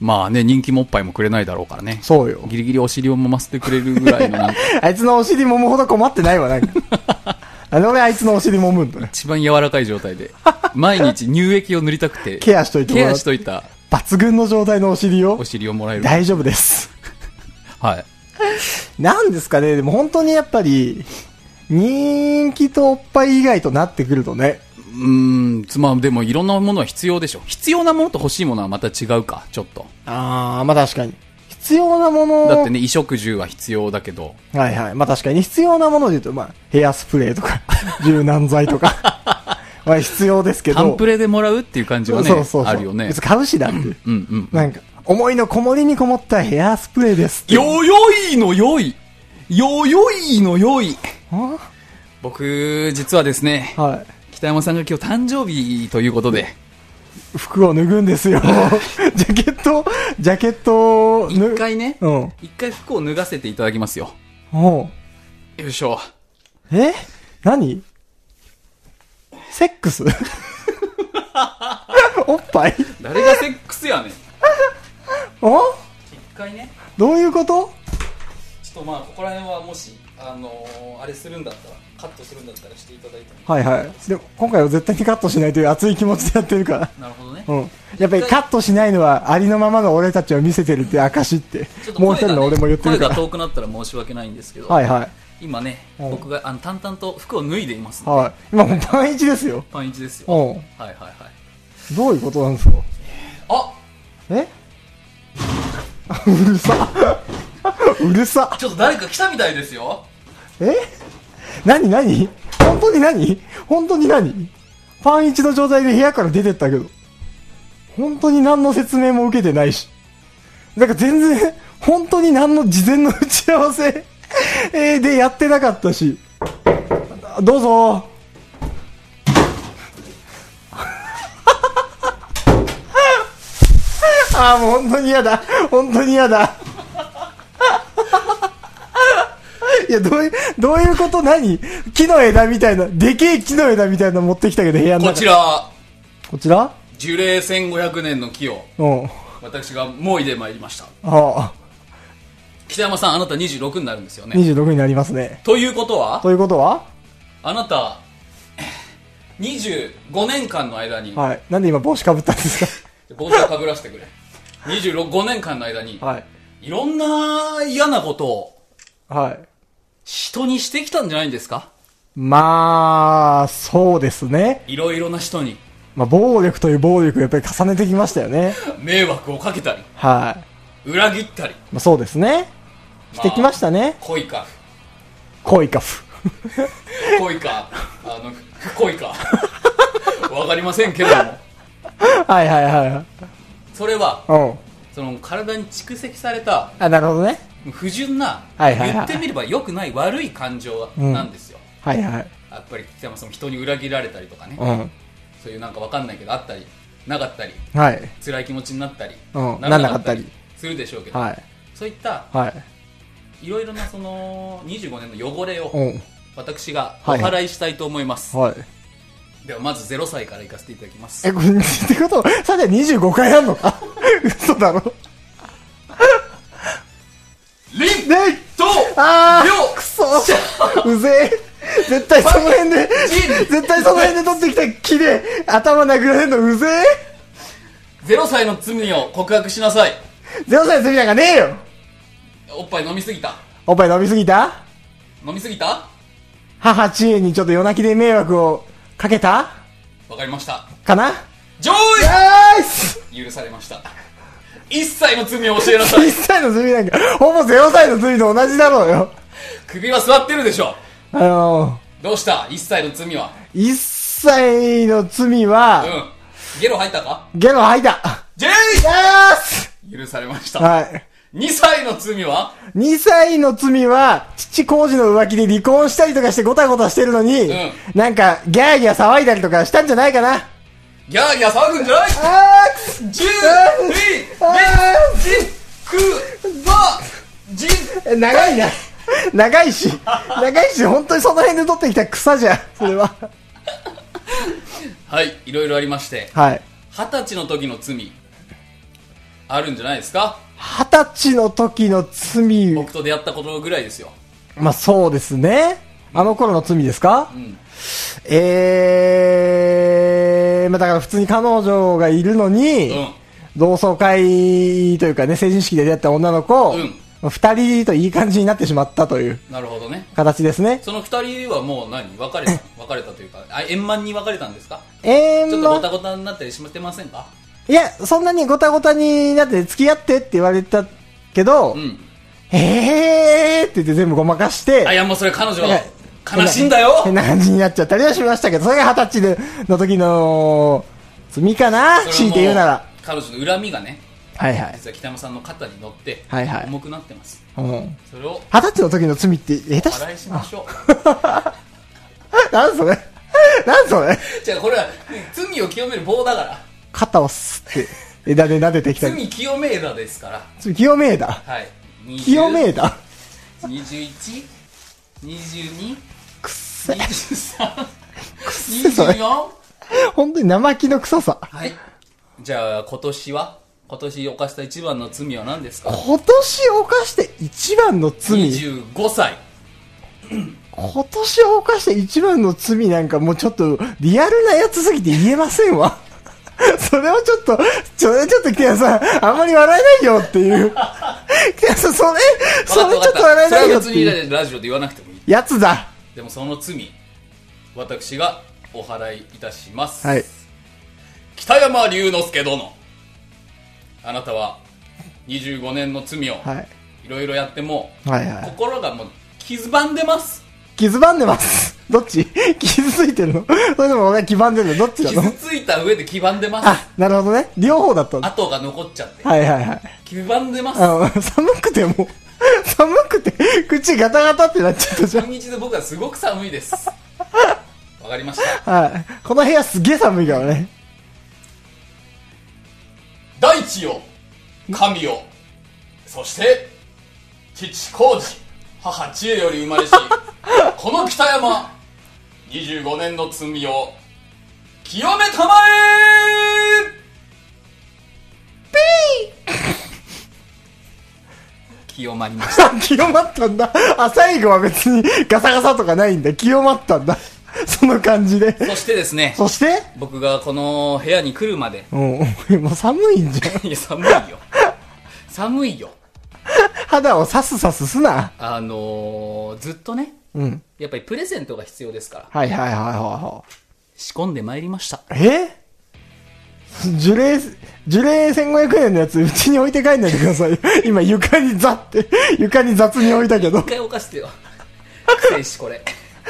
Speaker 2: まあね、人気もおっぱいもくれないだろうからね。
Speaker 1: そうよ。
Speaker 2: ギリギリお尻を揉ませてくれるぐらいのなんか、
Speaker 1: あいつのお尻揉むほど困ってないわ、なんか。 なんで俺あいつのお尻揉むんだよ。
Speaker 2: 一番柔らかい状態で、毎日乳液を塗りたくて、
Speaker 1: ケアしといても
Speaker 2: ケ
Speaker 1: ら
Speaker 2: ア
Speaker 1: う
Speaker 2: し。といた
Speaker 1: 抜群の状態のお尻を
Speaker 2: お。尻をもらえる。
Speaker 1: 大丈夫です。
Speaker 2: はい。
Speaker 1: なんですかね、でも本当にやっぱり、人気とおっぱい以外となってくるとね。
Speaker 2: うーん、つまりでもいろんなものは必要でしょ。必要なものと欲しいものはまた違うか、ちょっと。
Speaker 1: あー、まあ確かに。必要なもの
Speaker 2: だってね、衣食住は必要だけど、
Speaker 1: はいはい。まあ確かに必要なもので言うと、まあ、ヘアスプレーと か、柔軟剤とか、 まあ必要ですけど。
Speaker 2: 単プレでもらうっていう感じはね、
Speaker 1: そうそうそう
Speaker 2: あるよね
Speaker 1: 別。に買うしだって。
Speaker 2: うんうん。
Speaker 1: なんか、思いのこもりにこもったヘアスプレーですって。
Speaker 2: よよいのよいよよいのよい
Speaker 1: は
Speaker 2: 僕、実はですね、
Speaker 1: は
Speaker 2: 北山さんが今日誕生日ということで、
Speaker 1: い。服を脱ぐんです よ。ジャケット、ジャケットを脱
Speaker 2: 一
Speaker 1: ぐ。
Speaker 2: 回ね、
Speaker 1: うん。
Speaker 2: 一回服を脱がせていただきますよ。
Speaker 1: おう
Speaker 2: よいしょ。
Speaker 1: え何セックス おっぱい
Speaker 2: 誰がセックスやねん。一
Speaker 1: お
Speaker 2: 回ね、
Speaker 1: どういうこと
Speaker 2: ちょっとまあここら辺はもしあのーあれするんだったらカットするんだったらしていただいても
Speaker 1: はいはい。でも、今回は絶対にカットしないという熱い気持ちでやってるから。
Speaker 2: なるほどね
Speaker 1: うん。やっぱりカットしないのはありのままの俺たちを見せてるって証って
Speaker 2: ちょっ、と
Speaker 1: もう一
Speaker 2: 声
Speaker 1: 人
Speaker 2: が,、
Speaker 1: の俺も言ってるか
Speaker 2: 声が
Speaker 1: ら。
Speaker 2: 遠くなったら申し訳ないんですけど、
Speaker 1: はいはい。
Speaker 2: 今ね、
Speaker 1: うん
Speaker 2: 僕があの淡々と服を脱いでいます、
Speaker 1: はい。今もうパンイチですよ。
Speaker 2: パンイチですよ、
Speaker 1: う
Speaker 2: はいはいはい
Speaker 1: ん。どういうことなんですか
Speaker 2: あ
Speaker 1: え うるさ。 うるさ。
Speaker 2: ちょっと誰か来たみたいですよ
Speaker 1: え何何本当に何本当に何パンイチの状態で部屋から出てったけど。本当に何の説明も受けてないし。なんか全然、本当に何の事前の打ち合わせえーでやってなかったし。どうぞ。 ああ、もう本当に嫌だ。本当に嫌だ。いや、どういう、どういうこと何木の枝みたいな、でけえ木の枝みたいなの持ってきたけど、部屋の
Speaker 2: こ
Speaker 1: 中。
Speaker 2: ち。ら
Speaker 1: こちら
Speaker 2: 樹齢1500年の木を
Speaker 1: うん。あ
Speaker 2: 私が猛威で参りました
Speaker 1: あ、
Speaker 2: 北山さんあなた26になるんですよね
Speaker 1: 26になりますね。
Speaker 2: ということは
Speaker 1: ということは
Speaker 2: あなた25年間の間に
Speaker 1: はい。なんで今帽子かぶったんです
Speaker 2: 帽子をかぶらせてくれ25年間の間に
Speaker 1: か はい。
Speaker 2: いろんな嫌なことを
Speaker 1: はい。
Speaker 2: 人にしてきたんじゃないんですか
Speaker 1: まあ、そうですね。
Speaker 2: いろいろな人に
Speaker 1: まあ、暴力という暴力をやっぱり重ねてきましたよね。
Speaker 2: 迷惑をかけたり
Speaker 1: はい。
Speaker 2: 裏切ったり
Speaker 1: まあ、そうですね。してきましたね。
Speaker 2: 恋か
Speaker 1: 恋かふ。
Speaker 2: 恋かあの不恋かわかりませんけれども
Speaker 1: はいはいはいはい。
Speaker 2: それは
Speaker 1: うん。
Speaker 2: その体に蓄積された
Speaker 1: あ、なるほどね。
Speaker 2: 不純な、
Speaker 1: はいはいはい
Speaker 2: 言ってみれば良くない悪い感情
Speaker 1: うん
Speaker 2: なんですよ、
Speaker 1: はいはい。
Speaker 2: やっぱり北山さんも人に裏切られたりとかね、
Speaker 1: うん。
Speaker 2: そういうなんかわかんないけどあったりなかったり
Speaker 1: はい。
Speaker 2: 辛い気持ちになったり、
Speaker 1: うん
Speaker 2: ら
Speaker 1: なんなか
Speaker 2: するでしょうけど、
Speaker 1: はい。
Speaker 2: そういった
Speaker 1: はい。
Speaker 2: いろいろなその25年の汚れ
Speaker 1: う
Speaker 2: を
Speaker 1: ん。
Speaker 2: 私がお
Speaker 1: はい
Speaker 2: 払いしたいと思います、
Speaker 1: はい。
Speaker 2: ではまず0歳から行かせていただきます
Speaker 1: え、これ、ってこと、さて25回やんのか 嘘だろ。
Speaker 2: リン
Speaker 1: ね
Speaker 2: と
Speaker 1: あ
Speaker 2: りょ
Speaker 1: あ
Speaker 2: う
Speaker 1: くそうぜえ絶対その辺で
Speaker 2: ジン
Speaker 1: 絶対その辺で取ってきた木で頭殴られんのうぜえ
Speaker 2: 0歳の罪を告白しなさい
Speaker 1: 0歳の罪なんかねえよ
Speaker 2: おっぱい飲みすぎた
Speaker 1: おっぱい飲みすぎた
Speaker 2: 飲みすぎた
Speaker 1: 母知恵にちょっと夜泣きで迷惑をかけた
Speaker 2: わかりました
Speaker 1: かな
Speaker 2: 上
Speaker 1: ナイス
Speaker 2: 位許されました一切の罪を教えな さい
Speaker 1: 1歳の罪なんかほぼ0歳の罪と同じだろうよ
Speaker 2: 首は座ってるでしょ
Speaker 1: あの
Speaker 2: どうした一切の罪は
Speaker 1: 1歳の罪
Speaker 2: う
Speaker 1: は
Speaker 2: んゲロ吐いたか
Speaker 1: ゲロ吐いた
Speaker 2: ジェ
Speaker 1: よーし
Speaker 2: イ許されました
Speaker 1: はい
Speaker 2: 2歳の罪は
Speaker 1: 2歳の罪は、父工事の浮気で離婚したりとかしてごたごたしてるのに、
Speaker 2: ん
Speaker 1: なんか、ギャーギャー騒いだりとかしたんじゃないかな。
Speaker 2: ギャーギャー騒ぐんじゃない
Speaker 1: あーくす
Speaker 2: 十
Speaker 1: うん
Speaker 2: 二
Speaker 1: あ
Speaker 2: ジクバジ
Speaker 1: ー長いな。 長いし、長いし、本当にその辺で取ってきた草じゃん、それは。
Speaker 2: はいいろいろありまして
Speaker 1: はい。
Speaker 2: 二十歳の時の罪あるんじゃないですか
Speaker 1: 二十歳の時の罪、
Speaker 2: 僕と出会ったことぐらいですよ
Speaker 1: まあそうですね。あの頃の罪ですか、
Speaker 2: ん
Speaker 1: えー、まあだから普通に彼女がいるのに、
Speaker 2: うん
Speaker 1: 同窓会というかね、成人式で出会った女の子、
Speaker 2: うん
Speaker 1: まあ二人といい感じになってしまったという
Speaker 2: なるほどね
Speaker 1: 形ですね。
Speaker 2: その二人はもう何別れた別れたというかあ円満に別れたんですか
Speaker 1: え
Speaker 2: ち
Speaker 1: ー、
Speaker 2: ょっとご
Speaker 1: ま
Speaker 2: たごたになったりしまってませんか
Speaker 1: いや、そんなにごたごたになって付き合ってって言われたけど、
Speaker 2: うん
Speaker 1: えーって言って全部ごまかして、
Speaker 2: あいやもうそれ彼女
Speaker 1: な
Speaker 2: は
Speaker 1: んか
Speaker 2: 悲しいんだよ
Speaker 1: 変な感じになっちゃったりはしましたけど、それが二十歳での時の罪かな
Speaker 2: それはも
Speaker 1: 強いて言うなら。
Speaker 2: 彼女の恨みがね
Speaker 1: はいはい。
Speaker 2: 実は北山さんの肩に乗って
Speaker 1: はいはい
Speaker 2: 重くなってます
Speaker 1: うん
Speaker 2: それを
Speaker 1: 二十歳の時の罪って、下手
Speaker 2: お
Speaker 1: し
Speaker 2: 笑いしましょ
Speaker 1: なんそれなんそれ
Speaker 2: うじゃあこれは罪を清める棒だから
Speaker 1: 肩をすって枝で撫でてきたり。
Speaker 2: 罪清め枝ですから
Speaker 1: 清め枝
Speaker 2: はい
Speaker 1: 清め枝
Speaker 2: 21222324
Speaker 1: くっせ。 せそれ本当に生木の臭さ。
Speaker 2: はいじゃあ今年は今年犯した一番の罪は何ですか
Speaker 1: 今年犯して一番の罪。
Speaker 2: 25歳
Speaker 1: 今年犯して一番の罪なんかもうちょっとリアルなやつすぎて言えませんわ。 それはちょっと、ちょ、ちょっと北谷さん、あんまり笑えないよっていう。 北谷さん、それ、それちょっと笑え
Speaker 2: そ
Speaker 1: な
Speaker 2: れはい
Speaker 1: よっ
Speaker 2: 別
Speaker 1: て
Speaker 2: に
Speaker 1: いう
Speaker 2: ラジオで言わなくてもいい
Speaker 1: やつだ。
Speaker 2: でもその罪私がお払いいたします、
Speaker 1: はい。
Speaker 2: 北山龍之介殿あなたは25年の罪を
Speaker 1: はい。
Speaker 2: いろいろやっても、
Speaker 1: はいはい。
Speaker 2: 心がもう傷ばんでます
Speaker 1: 傷ばんでます。 どっち傷ついてるの それでも俺は基盤でるのどっちな
Speaker 2: 傷
Speaker 1: の
Speaker 2: ついた上で黄ばんでます
Speaker 1: あ、なるほどね。両方だったんだ。
Speaker 2: 跡が残っちゃって
Speaker 1: はいはいはい。
Speaker 2: 黄ばんでます
Speaker 1: あの、寒くても う、寒くて、口ガタガタってなっちゃったじゃん
Speaker 2: 中。日で僕はすごく寒いですわかりました
Speaker 1: はい。この部屋すげえ寒いからね。
Speaker 2: 大地よ神よそして父浩二母知恵より生まれしこの北山25年の罪を清めたまえピー清まりまし
Speaker 1: あ清まったんだ。あ、最後は別にガサガサとかないんだ。清まったんだ。 その感じで。
Speaker 2: たそしてですね
Speaker 1: そして
Speaker 2: 僕がこの部屋に来るまで
Speaker 1: うん、もう寒いんじゃん。
Speaker 2: いや寒いよ寒いよ
Speaker 1: 肌をさすさすすな。
Speaker 2: あのー、ずっとね
Speaker 1: うん。
Speaker 2: やっぱりプレゼントが必要ですから
Speaker 1: はいはいはいはいは
Speaker 2: 仕込んでまいりました
Speaker 1: い。え樹齢、樹齢1500円のやつ、うちに置いて帰んないでくださいよ。今床にザって、床に雑に置いたけど
Speaker 2: 一。回犯してよ臭いしこれ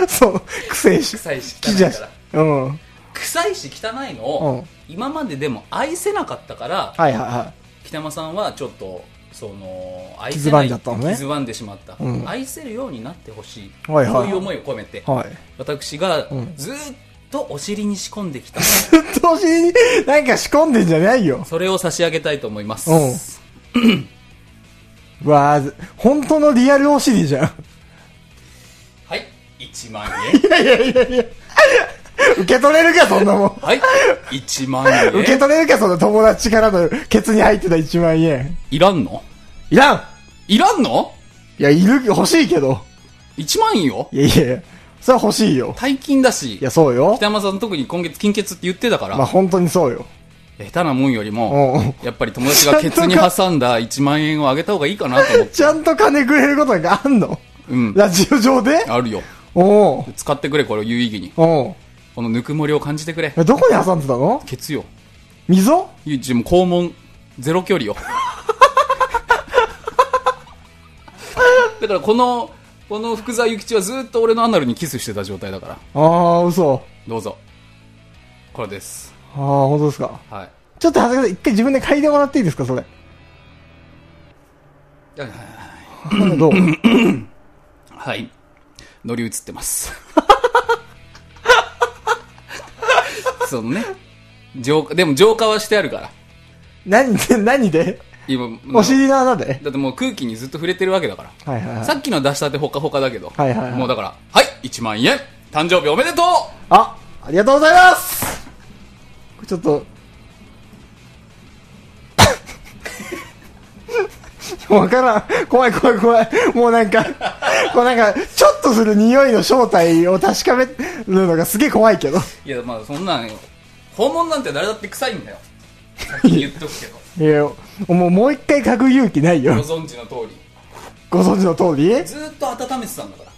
Speaker 1: そう、臭いし。
Speaker 2: 臭いし汚
Speaker 1: 木
Speaker 2: い
Speaker 1: じゃ
Speaker 2: か
Speaker 1: し
Speaker 2: ら。
Speaker 1: うん。はい
Speaker 2: 臭いし汚いのを、今まででも愛せなかったから
Speaker 1: はいは
Speaker 2: 北山さんはちょっとその愛
Speaker 1: 傷ばんじゃったのね
Speaker 2: 傷ばんでしまった、
Speaker 1: うん
Speaker 2: 愛せるようになってほしい、
Speaker 1: はいはいはい
Speaker 2: そういう思いを込めて、
Speaker 1: い。はい。
Speaker 2: 私がずっとお尻に仕込んできた、
Speaker 1: ずっとお尻になんか仕込んでんじゃないよ。
Speaker 2: それを差し上げたいと思います、
Speaker 1: うんわあ、本当のリアルお尻じゃん。
Speaker 2: はい1万円
Speaker 1: 受け取れるか、そんなもん。
Speaker 2: はい1万円
Speaker 1: 受け取れるか、そんな友達からのケツに入ってた1万円。
Speaker 2: いらんの
Speaker 1: いらん
Speaker 2: いらんの
Speaker 1: いや、いる、欲しいけど。
Speaker 2: 1万円よ
Speaker 1: いやいやいやそれは欲しいよ。
Speaker 2: 大金だし
Speaker 1: いや、そうよ
Speaker 2: 北。山さん特に今月金欠って言ってたから、
Speaker 1: まあ本当にそうよ。
Speaker 2: 下手なもんよりも、
Speaker 1: うん。
Speaker 2: やっぱり 友達がケツに挟んだ1万円をあげた方がいいかなと思って。
Speaker 1: ちゃんと金くれることがあんの
Speaker 2: うん。
Speaker 1: ラジオ上で
Speaker 2: あるよ。
Speaker 1: おう
Speaker 2: 使ってくれ、これを有意義に。
Speaker 1: おう
Speaker 2: このぬくもりを感じてくれ。
Speaker 1: えどこに挟んでたの
Speaker 2: ケツよ。
Speaker 1: 溝
Speaker 2: いやでも肛門、ゼロ距離よ。 だからこの、この福沢諭吉はずっと俺のアナルにキスしてた状態だから。
Speaker 1: ああ、嘘。
Speaker 2: どうぞ。これです。
Speaker 1: ああ、本当ですか。
Speaker 2: はい。
Speaker 1: ちょっと長谷川さん、一回自分で嗅いでもらっていいですか、それ。どう
Speaker 2: はい。乗り移ってます。 そのね。浄化、でも浄化はしてあるから。
Speaker 1: 何で、何で
Speaker 2: 今、
Speaker 1: お尻の穴で
Speaker 2: だってもう空気にずっと触れてるわけだから。
Speaker 1: はいはいは
Speaker 2: さ
Speaker 1: い。
Speaker 2: っきの出したてほかほかだけど。
Speaker 1: はいはいはい
Speaker 2: もうだから、はい、1万円誕生日おめでとう
Speaker 1: あ、ありがとうございますちょっと。 わからん。怖い怖い怖い。もうなんか、こうなんか、ちょっとする匂いの正体を確かめるのがすげえ怖いけど。
Speaker 2: いや、まあそんなん、訪問なんて誰だって臭いんだよ。先に言っとく けど。
Speaker 1: いや、もうもう一回嗅ぐ勇気ない
Speaker 2: ご
Speaker 1: よ。
Speaker 2: 存知の通り。
Speaker 1: ご存知の通り
Speaker 2: ずっと温めてたんだから。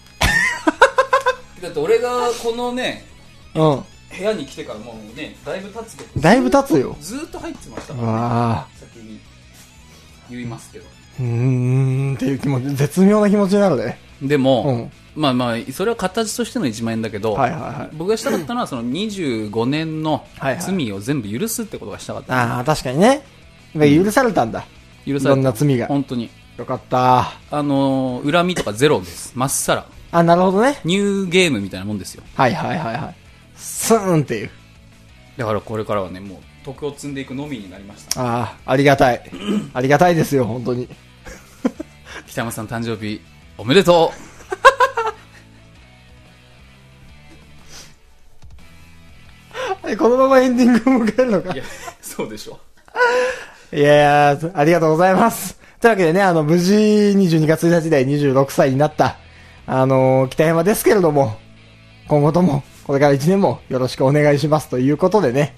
Speaker 2: だって俺がこのね、
Speaker 1: う
Speaker 2: 部屋に来てからもうね、だいぶ経つけど。
Speaker 1: ん。だいぶ経つよ。
Speaker 2: ずーっと入ってました
Speaker 1: う
Speaker 2: から、ね、
Speaker 1: わあ。
Speaker 2: 先に言いますけど
Speaker 1: うーんっていう気持ち、絶妙な気持ちになるね。
Speaker 2: で
Speaker 1: う
Speaker 2: も
Speaker 1: ん、
Speaker 2: まあまあそれは形としての1万円だけど、
Speaker 1: はいはいはい。
Speaker 2: 僕がしたかったのはその25年の
Speaker 1: はいはい
Speaker 2: 罪を全部許すってことがしたかった、
Speaker 1: ああ、確かにね。やっぱ許されたんだ。
Speaker 2: 許さ
Speaker 1: いろ
Speaker 2: れ
Speaker 1: ん
Speaker 2: た
Speaker 1: な罪が。
Speaker 2: 本当に
Speaker 1: よかった。
Speaker 2: あのー恨みとかゼロですまっさら
Speaker 1: あ、なるほどね。
Speaker 2: ニューゲームみたいなもんですよ
Speaker 1: はいはいはいはい。スーンっていう。
Speaker 2: だからこれからはねもう徳を積んでいくのみになりました
Speaker 1: ああ、ありがた い。ありがたいですよ、本当に。
Speaker 2: 北山さん誕生日おめでと
Speaker 1: えこのままエンディングを迎えるのか
Speaker 2: うい。やそうでしょ
Speaker 1: いやー、ありがとうございます。というわけでね、あの、無事22月1日で26歳になった、あのー北山ですけれども、今後とも、これから1年もよろしくお願いしますということでね。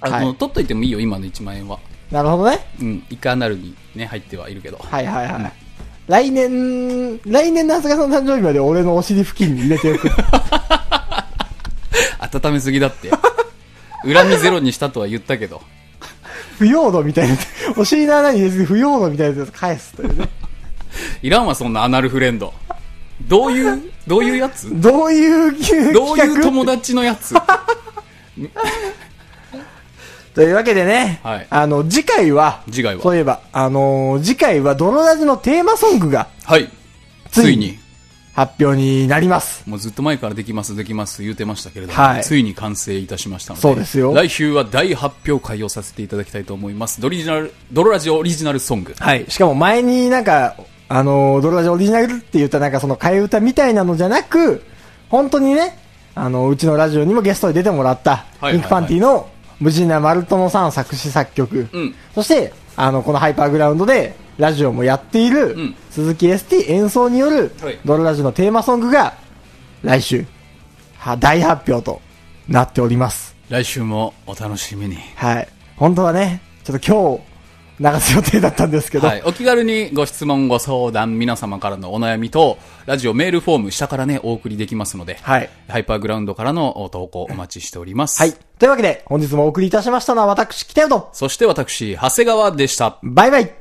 Speaker 2: あの、
Speaker 1: はい
Speaker 2: 取っといてもいいよ、今の1万円は。
Speaker 1: なるほどね。
Speaker 2: うん、いかなるにね、入ってはいるけど。
Speaker 1: はいはいはい。来年、来年の長谷川さんの誕生日まで俺のお尻付近に入れておく。
Speaker 2: 温めすぎだって。恨みゼロにしたとは言ったけど。
Speaker 1: 不要度みたいな、お尻の穴に入れて不要度みたいなやつ返すというね。
Speaker 2: いらんわ、そんなアナルフレンド。どういう、どういうやつ
Speaker 1: どういう企
Speaker 2: どう
Speaker 1: 画
Speaker 2: いう友達のやつ
Speaker 1: というわけでね、
Speaker 2: はい
Speaker 1: あの、次回は、
Speaker 2: 次回は
Speaker 1: そういえば、あのー次回はドロラジのテーマソングが
Speaker 2: はい。
Speaker 1: つ
Speaker 2: つ
Speaker 1: い
Speaker 2: い
Speaker 1: に
Speaker 2: に、
Speaker 1: 発表になります。
Speaker 2: もうずっと前からできます、できます言うてましたけれども、
Speaker 1: はい
Speaker 2: ついに完成いたしましたので、
Speaker 1: そうですよ
Speaker 2: 来週は大発表会をさせていただきたいと思います。ドリジナル、ドロラジオオリジナルソング。
Speaker 1: はい。しかも前になんか、あのードロラジオリジナルって言ったなんかその替え歌みたいなのじゃなく、本当にね、あの、うちのラジオにもゲストで出てもらった、
Speaker 2: はいはいはい
Speaker 1: インクパンティの無人な丸友さん作詞作曲、
Speaker 2: うん
Speaker 1: そして、あの、このハイパーグラウンドでラジオもやっている、
Speaker 2: うん
Speaker 1: 鈴木 ST 演奏による
Speaker 2: はい、
Speaker 1: ドロラジオのテーマソングが、来週、は大発表となっております。
Speaker 2: 来週もお楽しみに。
Speaker 1: はい。本当はね、ちょっと今日、流す予定だったんですけど、
Speaker 2: はい、お気軽にご質問、ご相談、皆様からのお悩みと、ラジオメールフォーム下からね、お送りできますので、
Speaker 1: はい
Speaker 2: ハイパーグラウンドからのお投稿お待ちしております。
Speaker 1: はい。。というわけで、本日もお送りいたしましたのは私、北野と、
Speaker 2: そして私、長谷川でした。
Speaker 1: バイバイ